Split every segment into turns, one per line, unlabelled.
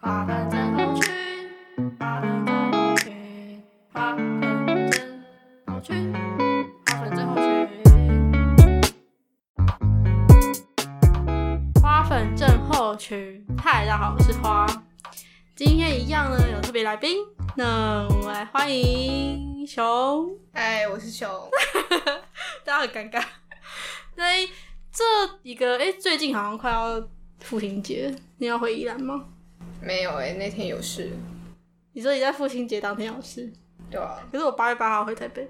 花瓣症候群，花瓣症候群，花粉症候群，花粉症候群，花粉症候群。嗨，大家好，我是花。今天一样呢，有特别来宾，那我们来欢迎熊。
嗨，我是熊。
大家很尴尬。那一这一个，哎、最近好像快要父亲节，你要回宜兰吗？
没有哎、那天有事。
你说你在父亲节当天有事，
对啊，
可是我八月八号回台北。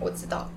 我知道。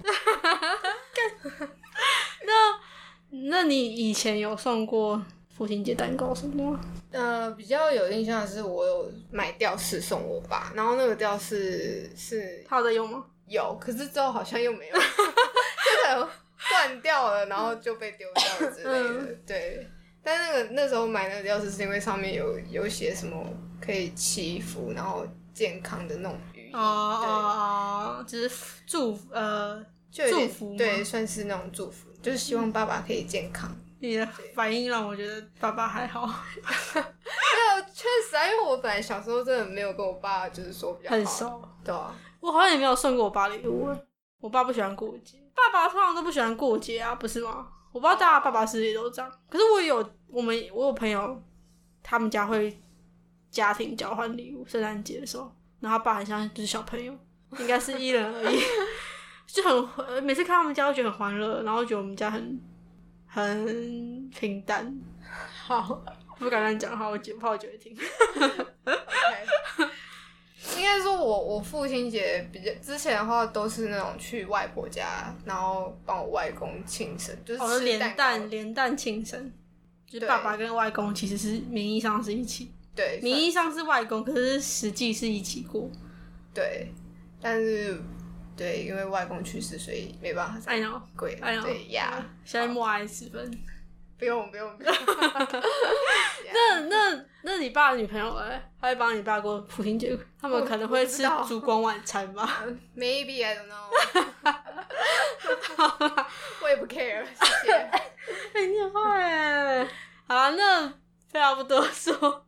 那你以前有送过父亲节蛋糕什么吗？
呃，比较有印象的是，我有买吊饰送我爸，然后那个吊饰是
他有在用吗？
有，可是之后好像又 没有，就可能断掉了，然后就被丢掉之类
嗯
的。对，但那个那时候买那个吊饰是因为上面有有写什么可以祈福，然后健康的那种寓意。对，
哦，只是祝福呃，
就有点
祝福吗
对，算是那种祝福，就是希望爸爸可以健康。
你的反应让我觉得爸爸还好，
没有，确实啊，因为我本来小时候真的没有跟我爸就是说比较好
很，熟。
对啊，
我好像也没有送过我爸礼物
嗯
欸，我爸不喜欢过节，爸爸通常都不喜欢过节啊，不是吗？我不知道大家爸爸是不是也都这样，可是我也有我们我有朋友，他们家会家庭交换礼物，圣诞节的时候，然后他爸很像就是小 朋友，应该是因人而异，就很呃每次看他们家，我觉得很欢乐，然后觉得我们家很很平淡，
好
不敢乱讲话，我姐怕我姐会 听。
应该说我我父亲节比较之前的话都是那种去外婆家，然后帮我外公庆生，就是
哦，
吃
连
蛋
蛋
糕，
连蛋庆生，就是
对
爸爸跟外公其实是名义上是一起，
对，
名义上是外公，可是实际是一起过。
算对，但是对，因为外公去世，所以没办法参
I know，
贵，
哎呦
对呀，
现在默哀十分。
不用不用不 用，
那那那你爸的女朋友哎，他会帮你爸过父亲节，他们
我
可能会吃
我不知道
烛光晚餐吧？
Maybe I don't know，我也不 care，谢谢。
哎，你很坏哎。好啊，那废话不多说，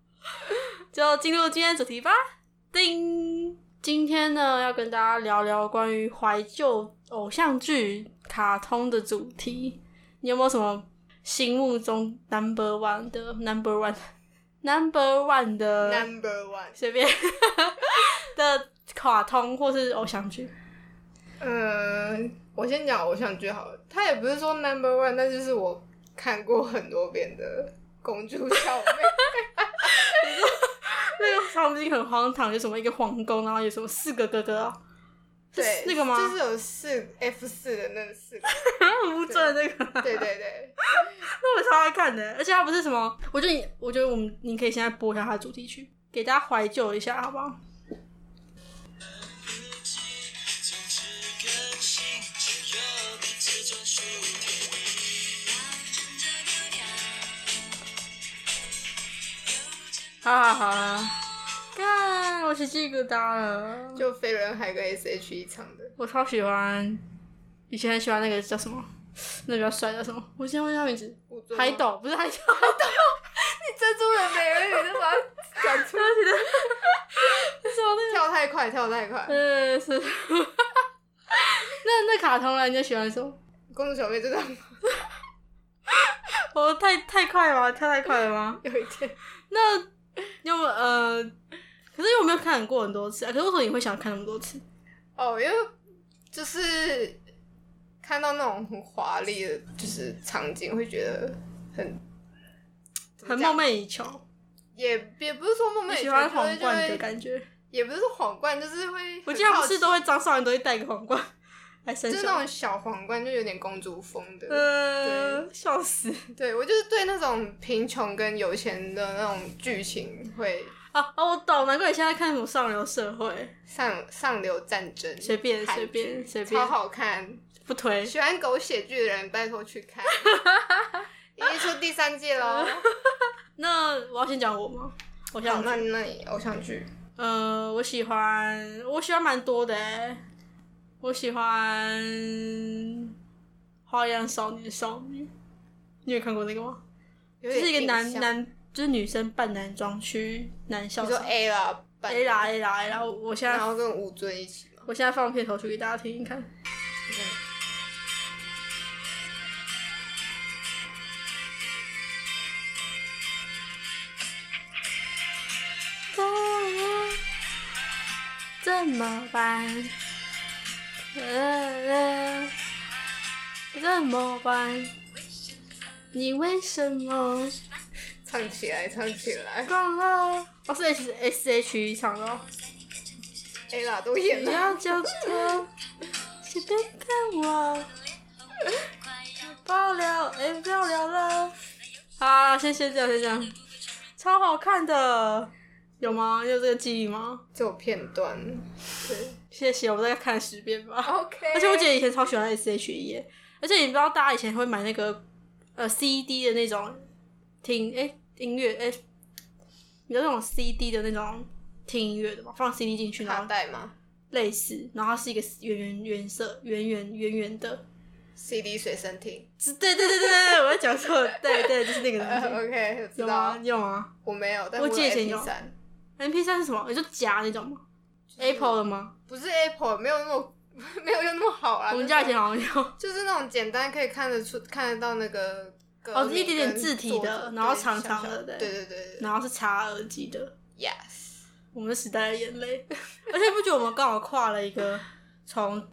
就进入今天主题吧。叮，今天呢要跟大家聊聊关于怀旧偶像剧、卡通的主题。你有没有什么心目中 number one 的 number one number one 的
Number one，
随便的卡通或是偶像剧？
嗯，我先讲偶像剧好了，它也不是说 number one，但就是我看过很多遍的《公主小妹》
那个场景很荒唐，有什么一个皇宫，然后有什么四个哥哥、啊，是
对，
那个吗？
就是有四 F 四的那四个，
很 不正那个。
对对对，
那我超爱看的，而且它不是什么，我觉得你，我觉得我们你可以现在播一下它的主题曲，给大家怀旧一下，好不好？好好好啊，干！我是这个搭了，
就飞轮海跟 S.H.E 唱的，
我超喜欢，以前很喜欢那个叫什么，那个比较帅叫什么？我先问一下名字，
我做
海 斗不是海斗，
珍珠人美人鱼，你就把它讲出来，
是我那个
跳太快，跳太快，
呃，是。 那那卡通呢？你最喜欢什么？
《公主小妹》真的很哦
我太太快了吗？跳太快了吗？
有一点，
那你有没有呃？可是因为我没有看过很多次啊。可是为什么你会想看那么多次？
哦，因为就是看到那种很华丽的，就是场景，会觉得很怎么
很
讲
梦寐以求，
也也不是说梦寐
你喜
以求，
欢
就会
皇
就
冠
会
的感觉。
也不是说皇冠，就是会很
我记得他
好
们是
奇
都会张少人都会戴个皇冠 来生
就是那
小。
种小皇冠，就有点公主风的。
呃，笑死！
对我就是对那种贫穷跟有钱的那种剧情会
啊哦，我懂，难怪你现在看什么上流社会，
上上流战争，
随便
韩
随
剧
便随
超
便，
好看。
不推。
喜欢狗血剧的人，拜托 去看，已经出第三季哦喽。
那我要先讲我吗？我
好，
想
那那你偶像剧
呃，我喜欢，我喜欢蛮多的欸我喜欢《花样少年少女》，你有看过那个吗？
就
就是一个男男就是女生扮男装去男校
你说
上。
A 啦半
A 啦 A 啦 A 啦！我我现在
然后跟吴尊一起嘛，
我现在放片头曲给大家听听看。嗯怎么办？怎么办？你为什么
唱起来，唱起来
忘了？哦，是 S S H E 唱的、哦。
，A 啦都演
不
了，
要叫做，请别看我，爆料，哎、 不要聊了。好啊，先先这样，先这样，超好看的，有吗？你有这个记忆吗？
这有片段，对
谢谢，我再看十遍吧。
，OK，
而且我姐以前超喜欢 S.H.E，耶而且你知道大家以前会买那个呃 C.D 的那种听哎、音乐哎、你知道那种 C.D 的那种听音乐的吗？放 C.D 进去，然
卡
后
带嘛
类似，然后它是一个圆圆圆色圆圆圆圆的，
，CD 随身听
是对对对对对，我在讲错了，对对，就是那个
呃
东西，
，OK，我 知
有吗
道？，
你有吗
我没有，但
我
有
姐以前
MP
有
三，
？MP 三是什么？你就夹那种吗？Apple 的吗？
不是 Apple，没有那么 没有用那么好啦，
我们
就是
家以前好像有，
就是那种简单可以看得出、看得到那个格
哦
力
一点点
跟
字体
作
的
者
然后
对
长
小
长
小
的
对
对
对对对
然后是插耳机的，
，Yes，
我们时代的眼泪。 而且不觉得我们刚好跨了一个从，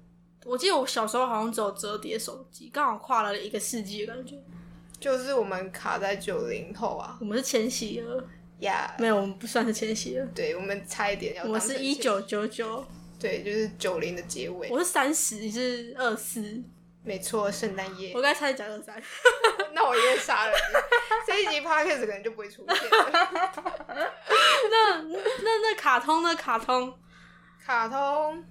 我记得我小时候好像只有折叠手机，刚好跨了一个世纪的感觉。
就是我们卡在九零后啊
我们是千禧了，
，Yeah，
没有，我们不算是千禧了，
对我们差一点要
我
当
们
成
是一
千
九九九。
对，就是九零的结尾，
我是三十，你是二四，
没错，圣诞夜
我，刚才差点讲二三。
那我也杀了你， 这一集 Podcast 可能就不会出现了。
那那那卡通呢？卡通
卡通，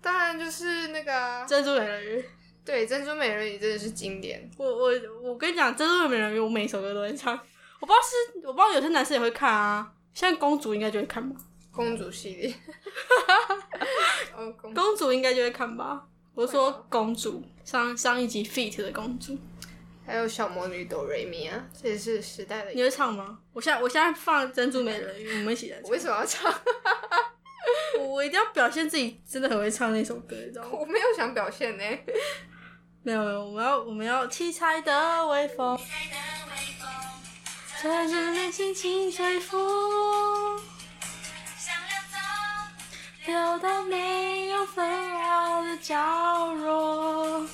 当然就是那个啊、
珍珠美人鱼，
对珍珠美人鱼真的是经典，
我我我跟你讲，珍珠美人鱼，我每一首歌都会唱。我不知道是，我不知道有些男生也会看啊，像公主应该就会看吧，
公主系列， 哦，公主
公主应该就会看吧。我是说
会吗啊
公主，上上一集 feat 的公主，
还有小魔女哆瑞咪啊，这也是时代的
你会唱吗？我现在我现在放珍珠美人鱼，我们一起来
我
唱。
为什么要唱？
我我一定要表现自己真的很会唱那首歌，你知道 吗？
我没有想表现呢、
没有没有，我们要我们要七彩的微风，吹着内心轻吹拂，流到没有纷扰的角落，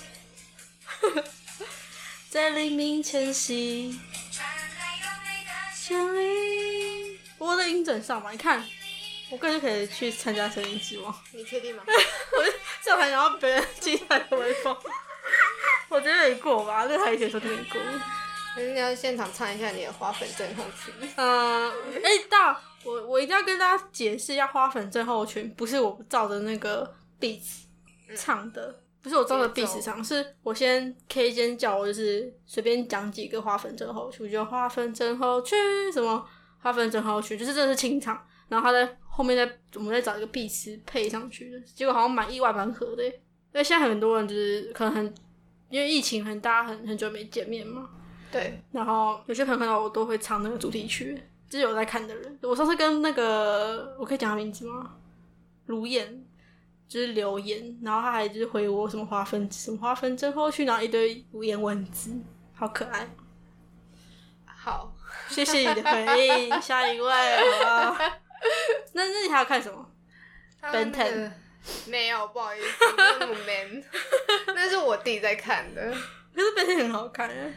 在黎明前夕，旋律。我的音准上嘛，你看，我个人就可以去参加声音之王。
你确定吗？
我这还想要别人进来的微风， 我觉得你过吧，那台以前说没过。
还是你要现场唱一下你的花粉症候群？
嗯，哎、大，我我一定要跟大家解释一下，花粉症候群不是我照着那个 beats 唱的，不是我照着
嗯节
beats
奏
唱，是我先 K 先叫，我就是随便讲几个花粉症候群，我觉得花粉症候群什么花粉症候群，就是真的是清唱，然后他在后面再我们再找一个 beats 配上去的，结果好像蛮意外蛮合的耶，因为现在很多人就是可能很因为疫情很大家很很久没见面嘛，
对，
然后有些朋友看到我都会唱那个主题曲，就是有在看的人。我上次跟那个我可以讲他名字吗？卢燕，就是留言，然后他还就是回我什么花分什么花分症候群，然后一堆无言文字，好可爱。
好，
谢谢你的回应，下一位，好不好？那那你还要看什么？
他们那个
Ben
没有，不好意思，没有那么 man，那是我弟在看的
可是本身很好看耶，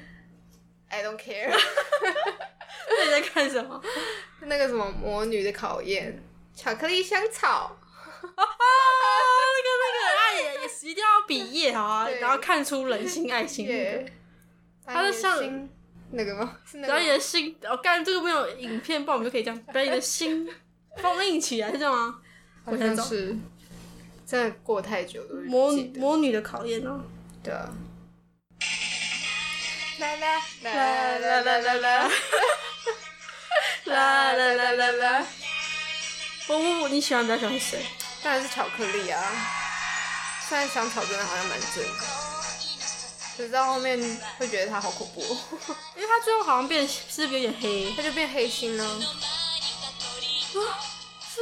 ，I don't care。
那你在看什么？ 啊
那个什么魔女的考验，巧克力香草，
啊，那个那个爱哎也是一定要比耶，好啊，
对
然后看出人心爱心那个。
耶，
它是像
把你的心那个吗？是那
只要你
个吗
的心，我、哦、干这个没有影片报，我们就可以 这样把你的心封印起来，是这样吗？
好像是，真的过太久了，
魔
我记得
魔女的考验哦、
对啊。啦啦啦啦啦啦啦
啦啦啦啦！
啦啦，
我我我，你喜欢比较喜欢谁？
当然是巧克力啊！虽然香草真的好像蛮正的，可是到后面会觉得他好恐 怖、哦，
因为他最后好像变是不是有点黑？
他就变黑心了。
是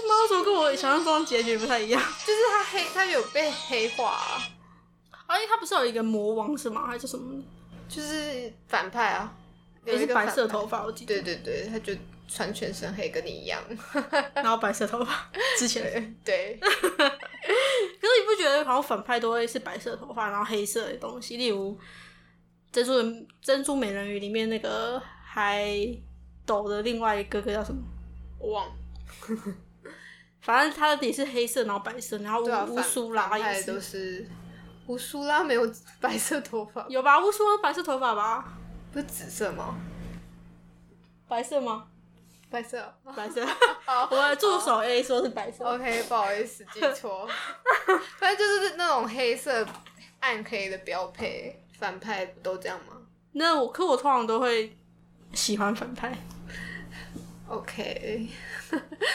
吗？怎么跟我想象中的结局不太 一样？
就是他黑，他有被黑化、啊，
而且他不是有一个魔王是吗？还是什么？
就是反派啊，有
也
一
是
个
白色
反派
头。发，我记得。
对对对，他就穿全身黑，跟你 一样。
然后白色头发，之前。可
对，
是你不觉得好像反派都会是白色头发，然后黑色的东西？例如珍珠人珍珠美人鱼里面那个海斗的另外一个哥哥叫什么？
我忘了。
反正他的底是黑色，然后白色，然后乌
对啊，
乌
反
苏拉
反
也
派都
是。
是乌苏拉没有白色头发，
有吧？乌苏拉白色头发吧？
不是紫色吗？
白色吗？
白色啊。
白 色。
好
我的助
哦
手 A 说是白色。
OK，不好意思，记 错。反正就是那种黑色、暗黑的标配，反派都这样吗
那我可我通常都会喜欢反派，
？OK，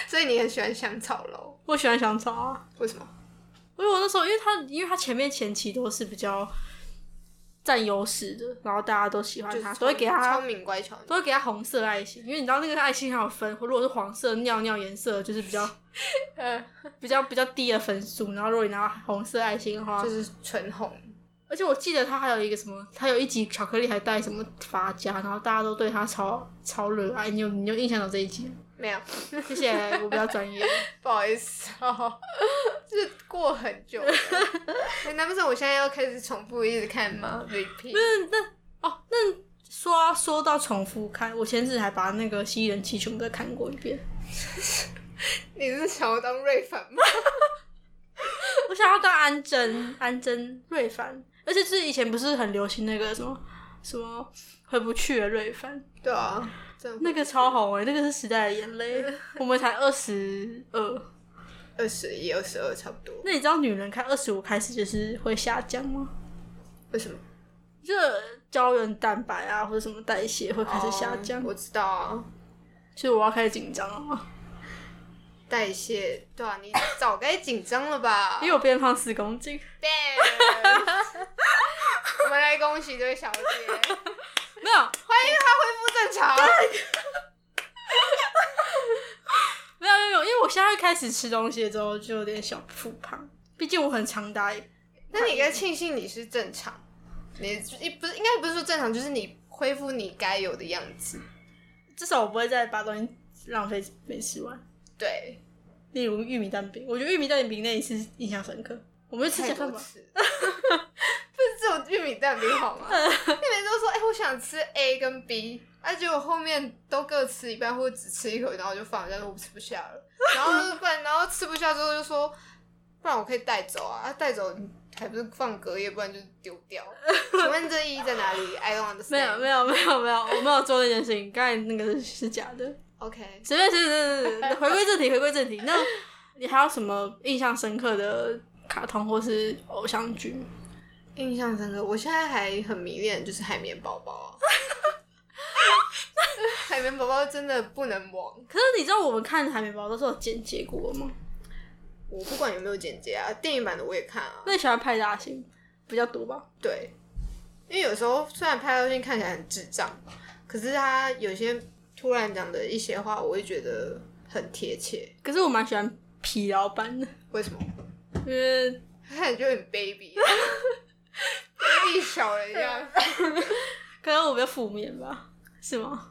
所以你很喜欢香草楼，
我喜欢香草啊。
为什么？
因为我那时候，因为他因为他前面前期都是比较占优势的，然后大家都喜欢
就是
他，
聪
都会给
聪
他
明乖巧女，
都会给他红色爱心，因为你知道那个爱心还有分，如果是黄色尿尿颜色就是比较
嗯，
比较比较低的分数，然后如果你拿到红色爱心的话，
就是唇红。
而且我记得他还有一个什么，他有一集巧克力还带什么发夹，然后大家都对他超超热爱，你有你有印象到这一集吗？
没有，
谢谢，我比较专业。
不好意思哦， 这过很 久了。哎难不成我现在要开始重复一直看吗？Repeat，
哦，那 说啊说到重复看，我前阵子还把那个《蜥蜴人七》全部再看过一遍。
你是想要当瑞凡吗？
我想要当安贞，安贞瑞凡，而且是以前不是很流行那个什么什么回不去的瑞凡，
对啊，这样
那个超红诶、那个是时代的眼 泪。我们才二十二，
二十一、二十二差不多。
那你知道女人看二十五开始就是会下降吗？
为什么？
就胶原蛋白啊或者什么代谢会开始下降
哦，我知道啊，
所以我要开始紧张了吗？
代谢，对啊，你早该紧张了 吧？
因为我变胖四公斤。
Bang 我们来恭喜这位小姐，欢迎她恢
没有，
复正 常。
没有没有，因为我现在开始吃东西之后就有点小复胖，毕竟我很常打野。
那你应该庆幸你是正常，你你不是应该不是说正常，就是你恢复你该有的样子。
至少我不会再把东西浪费没吃完。
对，
例如玉米蛋饼，我觉得玉米蛋饼那一次印象深刻。我们就吃
太
起
多
饭吧，
吃，不是只有玉米蛋饼好吗？
嗯
你每次都说，哎、我想吃 A 跟 B，啊，结果后面都各吃一半，或者只吃一口，然后就放，但是我吃不下 了。然后不然，然后吃不下之后就说，不然我可以带走啊，啊，带走还不是放隔夜，不然就丢 掉。请问这意义在哪里？I don't understand。
没有没有没有没有，我没有做那件事情，刚才那个是假的。
OK，
随便随便随便，回归正题，回归正题。那你还有什么印象深刻的卡通或是偶像剧？
印象深刻，我现在还很迷恋，就是海绵宝 宝啊。海绵宝宝真的不能忘，
可是你知道我们看《海绵宝宝》都是有剪结果吗？
我不管有没有剪接啊，电影版的我也看啊。
那你喜欢派大星比较多吧？
对，因为有时候虽然拍到现看起来很智障，可是他有些突然讲的一些话，我会觉得很贴切。
可是我蛮喜欢皮老板的，
为什么？
因为
他感觉很 baby，baby 小人一样。
可能我比较负面吧，是吗？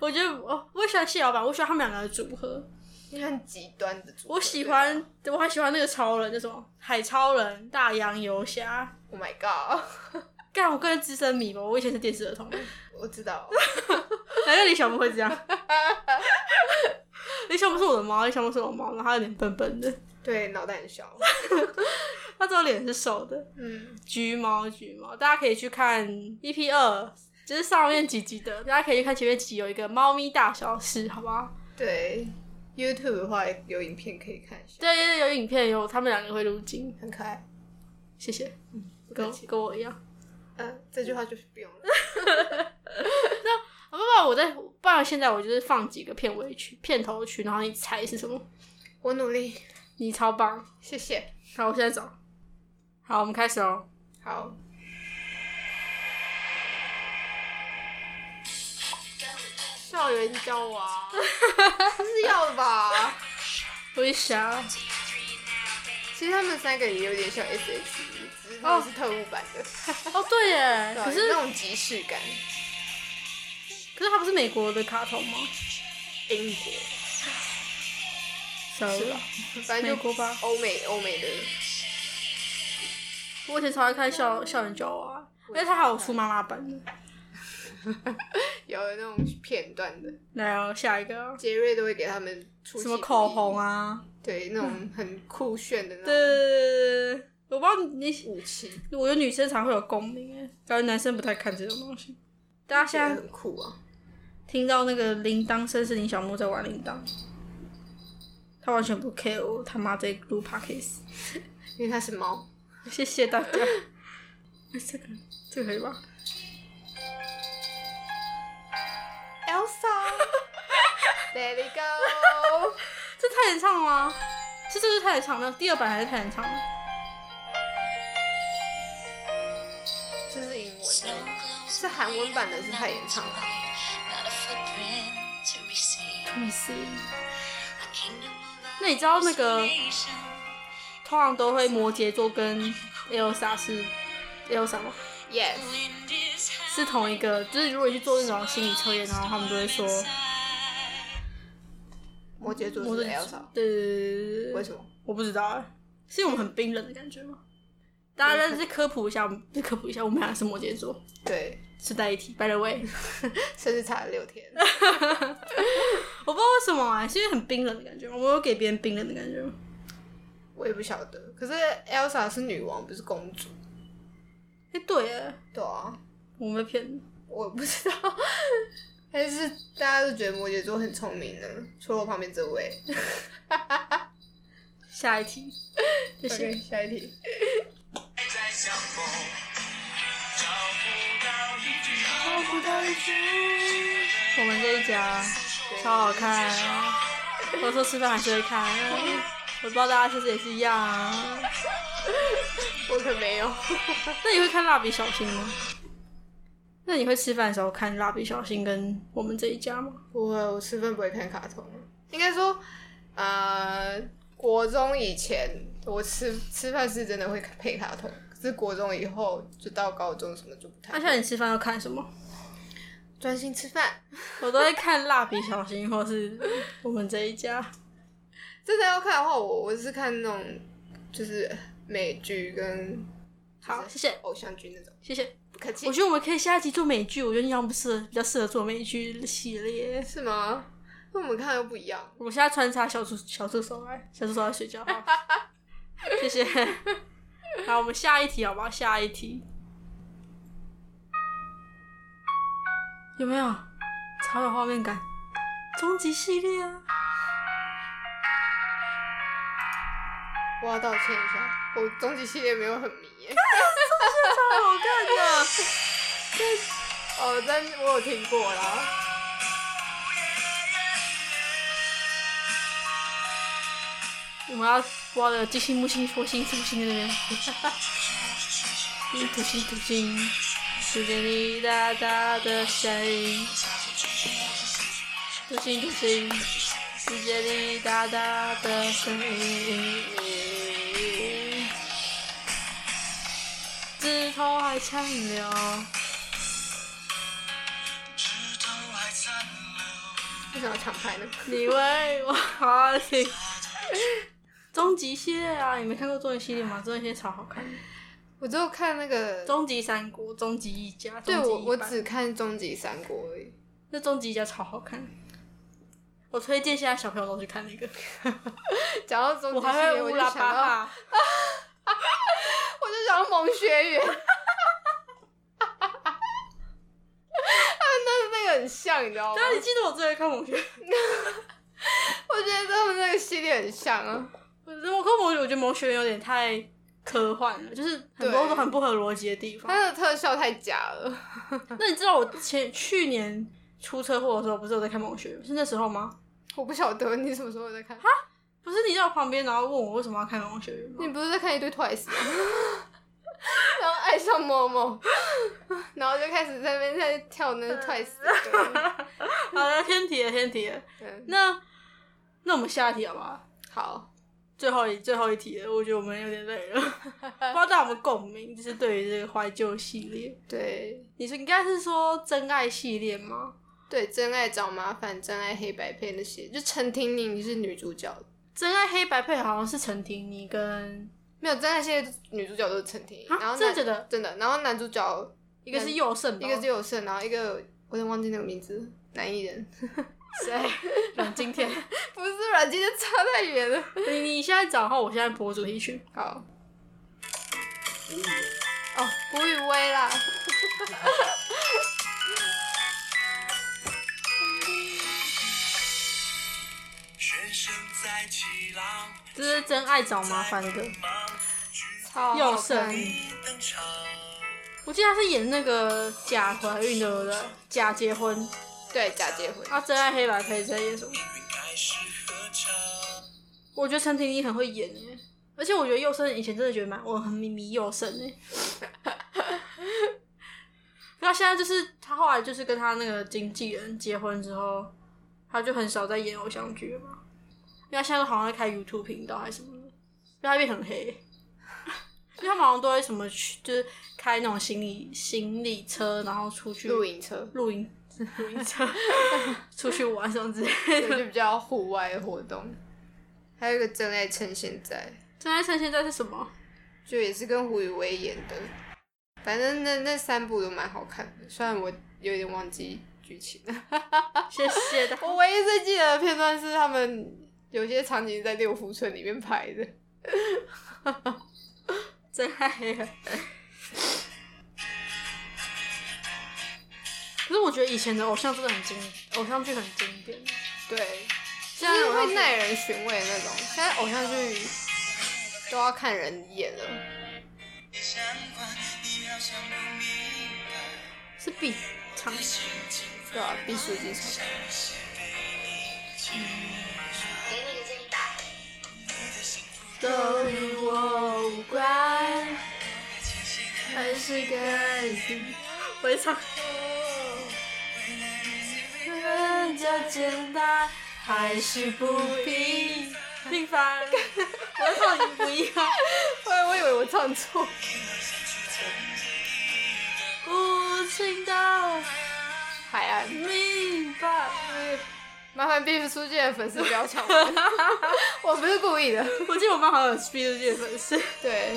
我觉得哦我我喜欢蟹老板，我喜欢他们两个的组合。
你很极端的组合
我喜
对
欢
吧，
我还喜欢那个超人，叫什么海超人、大洋游侠。
Oh my god！
干，我个人资深迷吧，我以前是电视儿童。
我知道，
难怪李小萌会这样。 李小萌是我的猫，李小萌是我的猫，然后它有点笨笨的，
对，脑袋很小。
它只有脸是瘦的。
嗯，
橘猫，橘猫，大家可以去看 EP 二，就是上面几集的，大家可以去看前面几集有一个猫咪大小事，好不好？
对，YouTube 的话有影片可以看一下，
对对对，有影片有他们两个会入镜，
很可爱。
谢谢，
嗯不
跟
客
我
气
跟我一样。
嗯，这句话就是不用了。
啊，不不，我在，不然现在我就是放几个片尾曲、片头曲，然后你猜是什么？
我努力，
你超棒！
谢谢。
好，我现在找。好，我们开始哦。
好，
好有人教我啊，
是要的吧？
我一想，
其实他们三个也有点像 S.H.E，只是他们是特务版的，
哦对耶，
对啊
可
有
是
那种即视感。
可是它不是美国的卡通吗？
英国，啊
是吧？啊
反
美
正就
国吧。
欧美欧美的，
我以前超爱看校校园教啊，而且它还有出妈妈版的。
有那种片段的，
来哦，下一个
杰瑞都会给他们出
什么口红，啊？
对，那种很酷炫的那
对
种
对对对对，我不知道你
武器，
我觉得女生才会有共鸣哎，感觉男生不太看这种东西。大家
觉
现
得
在
很酷啊。
听到那个铃铛声是林小木在玩铃铛，他完全不 care 我他妈在录 podcast。
因为它是猫，
谢谢大家。 这个这个可以吧？
Elsa。Let it go。
这太演唱了吗？是这是太演唱的，第二版还是太演唱的？
这是英文的，是韩文版的，是他演唱的。
没事。那你知道那个通常都会摩羯座跟 Elsa 是 Elsa 吗？
Yes，
是同一个，就是如果你去做那种心理测验，然后他们都会说
摩羯座
摩
是
羯
Elsa，
对对对对
为
对，
什么？
我不知道哎、是因为我们很冰冷的感觉吗？大家再去科普一下，我们 再科普一下，我们俩是摩羯座，
对，
是在一起。By the way，
甚至差了六天。
我不知道为什么哎、是因为很冰冷的感觉吗？我有给别人冰冷的感觉吗？
我也不晓得，可是 Elsa 是女王，不是公主。
哎、对哎，
对啊，
我没骗你。
我不知道。 但是大家都觉得摩羯座很聪明呢，除了我旁边这位。
下一 题，谢谢。
OK，下一题。
再相逢，找不到一句
找不到一句。
我们这一家超好看，我说吃饭还是会看，我不知道大家其实也是一样啊。
我可没有。
那你会看蜡笔小新吗？那你会吃饭的时候看蜡笔小新跟我们这一家吗？
不会，我吃饭不会看卡通。应该说，呃，国中以前我吃吃饭是真的会配卡通，可是国中以后就到高中什么就不太
那、像你吃饭要看什么？
专心吃饭。
我都会看蜡笔小新或是我们这一家。
真的要看的话，我我是看那种就是美剧跟
好，谢谢，
偶像剧那种，
谢谢。
不客气
我。觉得我们可以下一集做美剧，我觉得你好像不适合，比较适合做美剧系列。
是吗？那我们看又不一样。
我现在穿插小助小助手来，小助手在睡觉，好， 谢谢。好，我们下一题好不好？下一题有没有超有画面感？终极系列 啊！
我要道歉一下，我终极系列没有很迷耶。
好看的，
哦，但我有听过啦。
我们要挖的金星、木星、火星、土星的 那边，嗯土星、土星，时间里大大的声音，土星、土星，时间里大大的声音。枝头还残留，
枝头还残留。
为什么要抢拍呢？
你为我好听。 终极系列啊，你没看过终极系列吗？终极系列超好看的。
我只有看那个，
终极三国、终极一家，
对
终极
我
一
我
班
只看《终极三国》而已。
那终极一家超好看，我推荐现在小朋友都去看那个。
讲到终
我
极系
还会
列，我
乌
就
拉
想
巴
到，
巴，
我就想到萌学园。 他们那那个很像，你知道吗？
但啊是你记得我最爱看某学，
我觉得他们那个系列很像啊。
我觉得我看某我觉得某学园有点太科幻了，就是很多
对
都很不合逻辑的地方。
它的特效太假了，
那你知道我前去年出车祸的时候，不是有在看某学园？是那时候吗？
我不晓得你什么时候在看。
不是你在我旁边，然后问我为什么要看某学园吗
你？不是在看一堆 Twice，吗 然后爱上 某某，然后就开始在那边在跳那个 Twice 的歌。
好了，先题了，先题了。
嗯，
那那我们下一题好不好？
好，
最后一最后一题了，我觉得我们有点累 了，不知道大家有没有共鸣，就是对于这个怀旧系列，
对
你是应该是说真爱系列吗？
对，真爱找麻烦，真爱黑白配那些，就陈婷宁是女主角，
真爱黑白配好像是陈婷妮跟
没有真爱现在女主角都是陈婷，
啊
然后
真的
男
假的
真的，然后男主角
一个是佑胜吧，
一个是有胜，然后一个我有点忘记那个名字，男艺人，
谁？阮经天，
不是阮经天差太远了。
你你现在找的话，我现在播主题曲。
好，哦，古雨薇啦，
人生在起浪，
这是真爱找麻烦的，
超
佑
好看
胜，
登场。
我记得他是演那个假怀孕的，对不对？假结婚。
对，假结婚，
啊，真爱黑白配在演什么？
开始合唱，
我觉得陈婷妮很会演诶，而且我觉得佑胜以前真的觉得蛮我很迷迷佑胜诶。 那现在就是他后来就是跟他那个经纪人结婚之后，他就很少在演偶像剧了嘛，因为他现在都好像在开 YouTube 频道还是什么的，因为他变很黑， 因为他们好像都会什么去就是开那种行李行李车，然后出去
露营车，
露营露营车出去玩什么之类的。
对就比较户外的活 动。还有一个真爱趁现在，
真爱趁现在是什么？
就也是跟胡宇威演的，反正那那三部都蛮好看的，虽然我有点忘记剧情 了。
谢谢大家。
我唯一最记得的片段是他们有些场景是在六福村里面拍的，
真爱了。可是我觉得以前的偶像真的很经，偶像剧很经典。
对，
现在
就是
偶像
会
剧
耐人寻味的那种。现在偶像剧都要看人演了。
别相关，你要想不明白，
是必唱，
心情
对啊，必须机场。
给你个建议吧，
都与我无关，还是该死。
我也唱。
人家简单，还是不平
平凡，我也唱你不一样。
哎我我以为我唱错。
无情的
海岸，
明白，
麻烦必须出现的粉丝不要抢我， 我不是故意的。
我记得我妈好像有 Speed 界的粉丝。
对，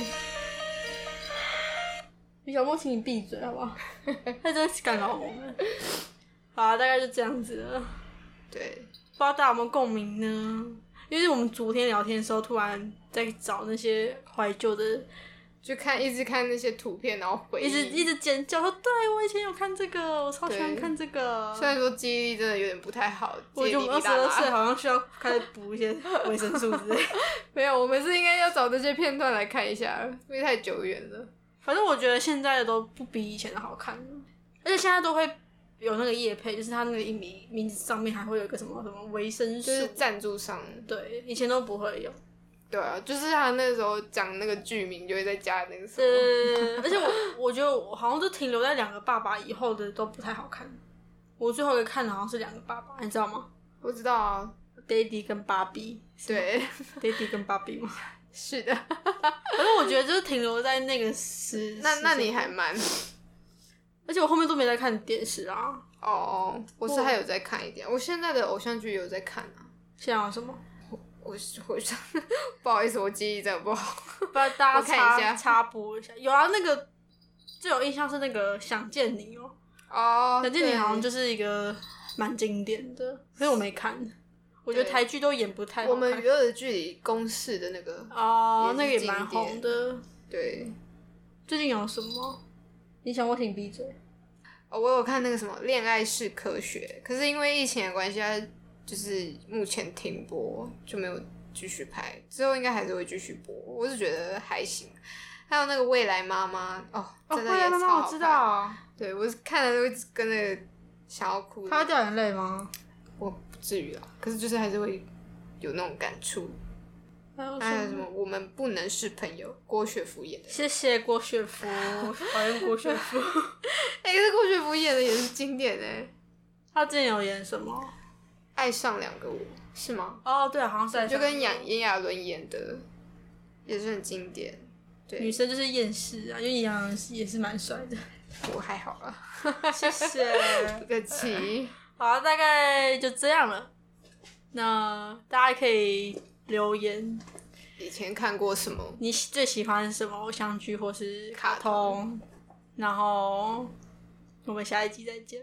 李小莫，请你闭嘴好不好？ 他真的是干扰我们。好啊，大概就这样子了。
对，
不知道大家有没有共鸣呢？因为我们昨天聊天的时候，突然在找那些怀旧的，
就看一直看那些图片，然后回忆。
一直一直尖叫说：“对我以前有看这个，我超喜欢
对
看这个。”
虽然说记忆力真的有点不太好，
我觉
记
得
忆
我们二
力滴
十
答
二
答
岁好像需要开始补一些维生素之类的。
没有，我们是应该要找这些片段来看一下，因为太久远了。
反正我觉得现在的都不比以前的好看了，而且现在都会有那个叶配，就是它那个名名字上面还会有一个什么什么维生素
就，是赞助商，
对，以前都不会有。
对啊，就是他那时候讲那个剧名，就会再加那个什么，
对，而且我 我觉得我好像就停留在两个爸爸以后的都不太好看。我最后一个看的好像是两个爸爸，你知道吗
我知道啊，
？Daddy 跟芭比
对，
，Daddy 跟芭比嘛。
是的。
反正我觉得就是停留在那个时。
那
时
那你
间
还蛮
而且我后面都没在看电视啊。
哦，我是还有在看一点，我现在的偶像剧有在看啊。
现在有什么？
我是我是 不好意思，我记忆真的不好。
不然大家
我看一
插
下
插播一下，有啊，那个最有印象是那个《想见你》哦，
哦
《想见你》好像就是是一个蛮经典的，所以我没看。我觉得
对
台剧都演不太好
我
看。
们娱乐的距离公式的那个，
哦，那个
也
也
是
蛮
经典
红的。
对。
最近有什么？你想我请闭嘴？
哦，我有看那个什么《恋爱是科学》，可是因为疫情的关系，它就是目前停播，就没有继续拍。之后应该还是会继续播，我是觉得还行。还有那个《未来妈妈》，哦，真
啊
的也超好看。
道，
对我是看了都跟着想要哭的，
他会掉眼泪吗？
我不至于啦，可是就是还是会有那种感触。
还有
还有什么？？我们不能是朋友，郭雪芙演的。
谢谢郭雪芙， 我讨厌郭雪芙。
哎、可是郭雪芙演的也是经典哎、
他之前有演什么？
爱上两个我》，是吗？
哦，对，好像是在
就跟
想
炎炎亚纶演的，也是很经典。
女
对，
生就是厌世啊，因为一样也是蛮帅的。
我还好啦，
谢谢。
对不起。
好，大概就这样了。那大家可以留言，
以前看过什么？
你最喜欢什么偶像剧或是卡
卡通
然后我们下一集再见。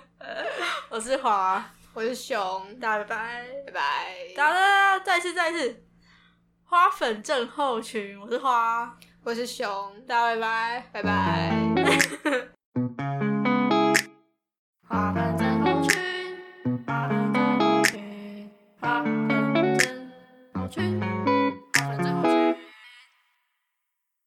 我是华，
我是熊，
大家拜拜。
拜拜。
哒哒，再次再次，花粉症候群，我是花，
我是熊，
大家拜拜。
拜拜。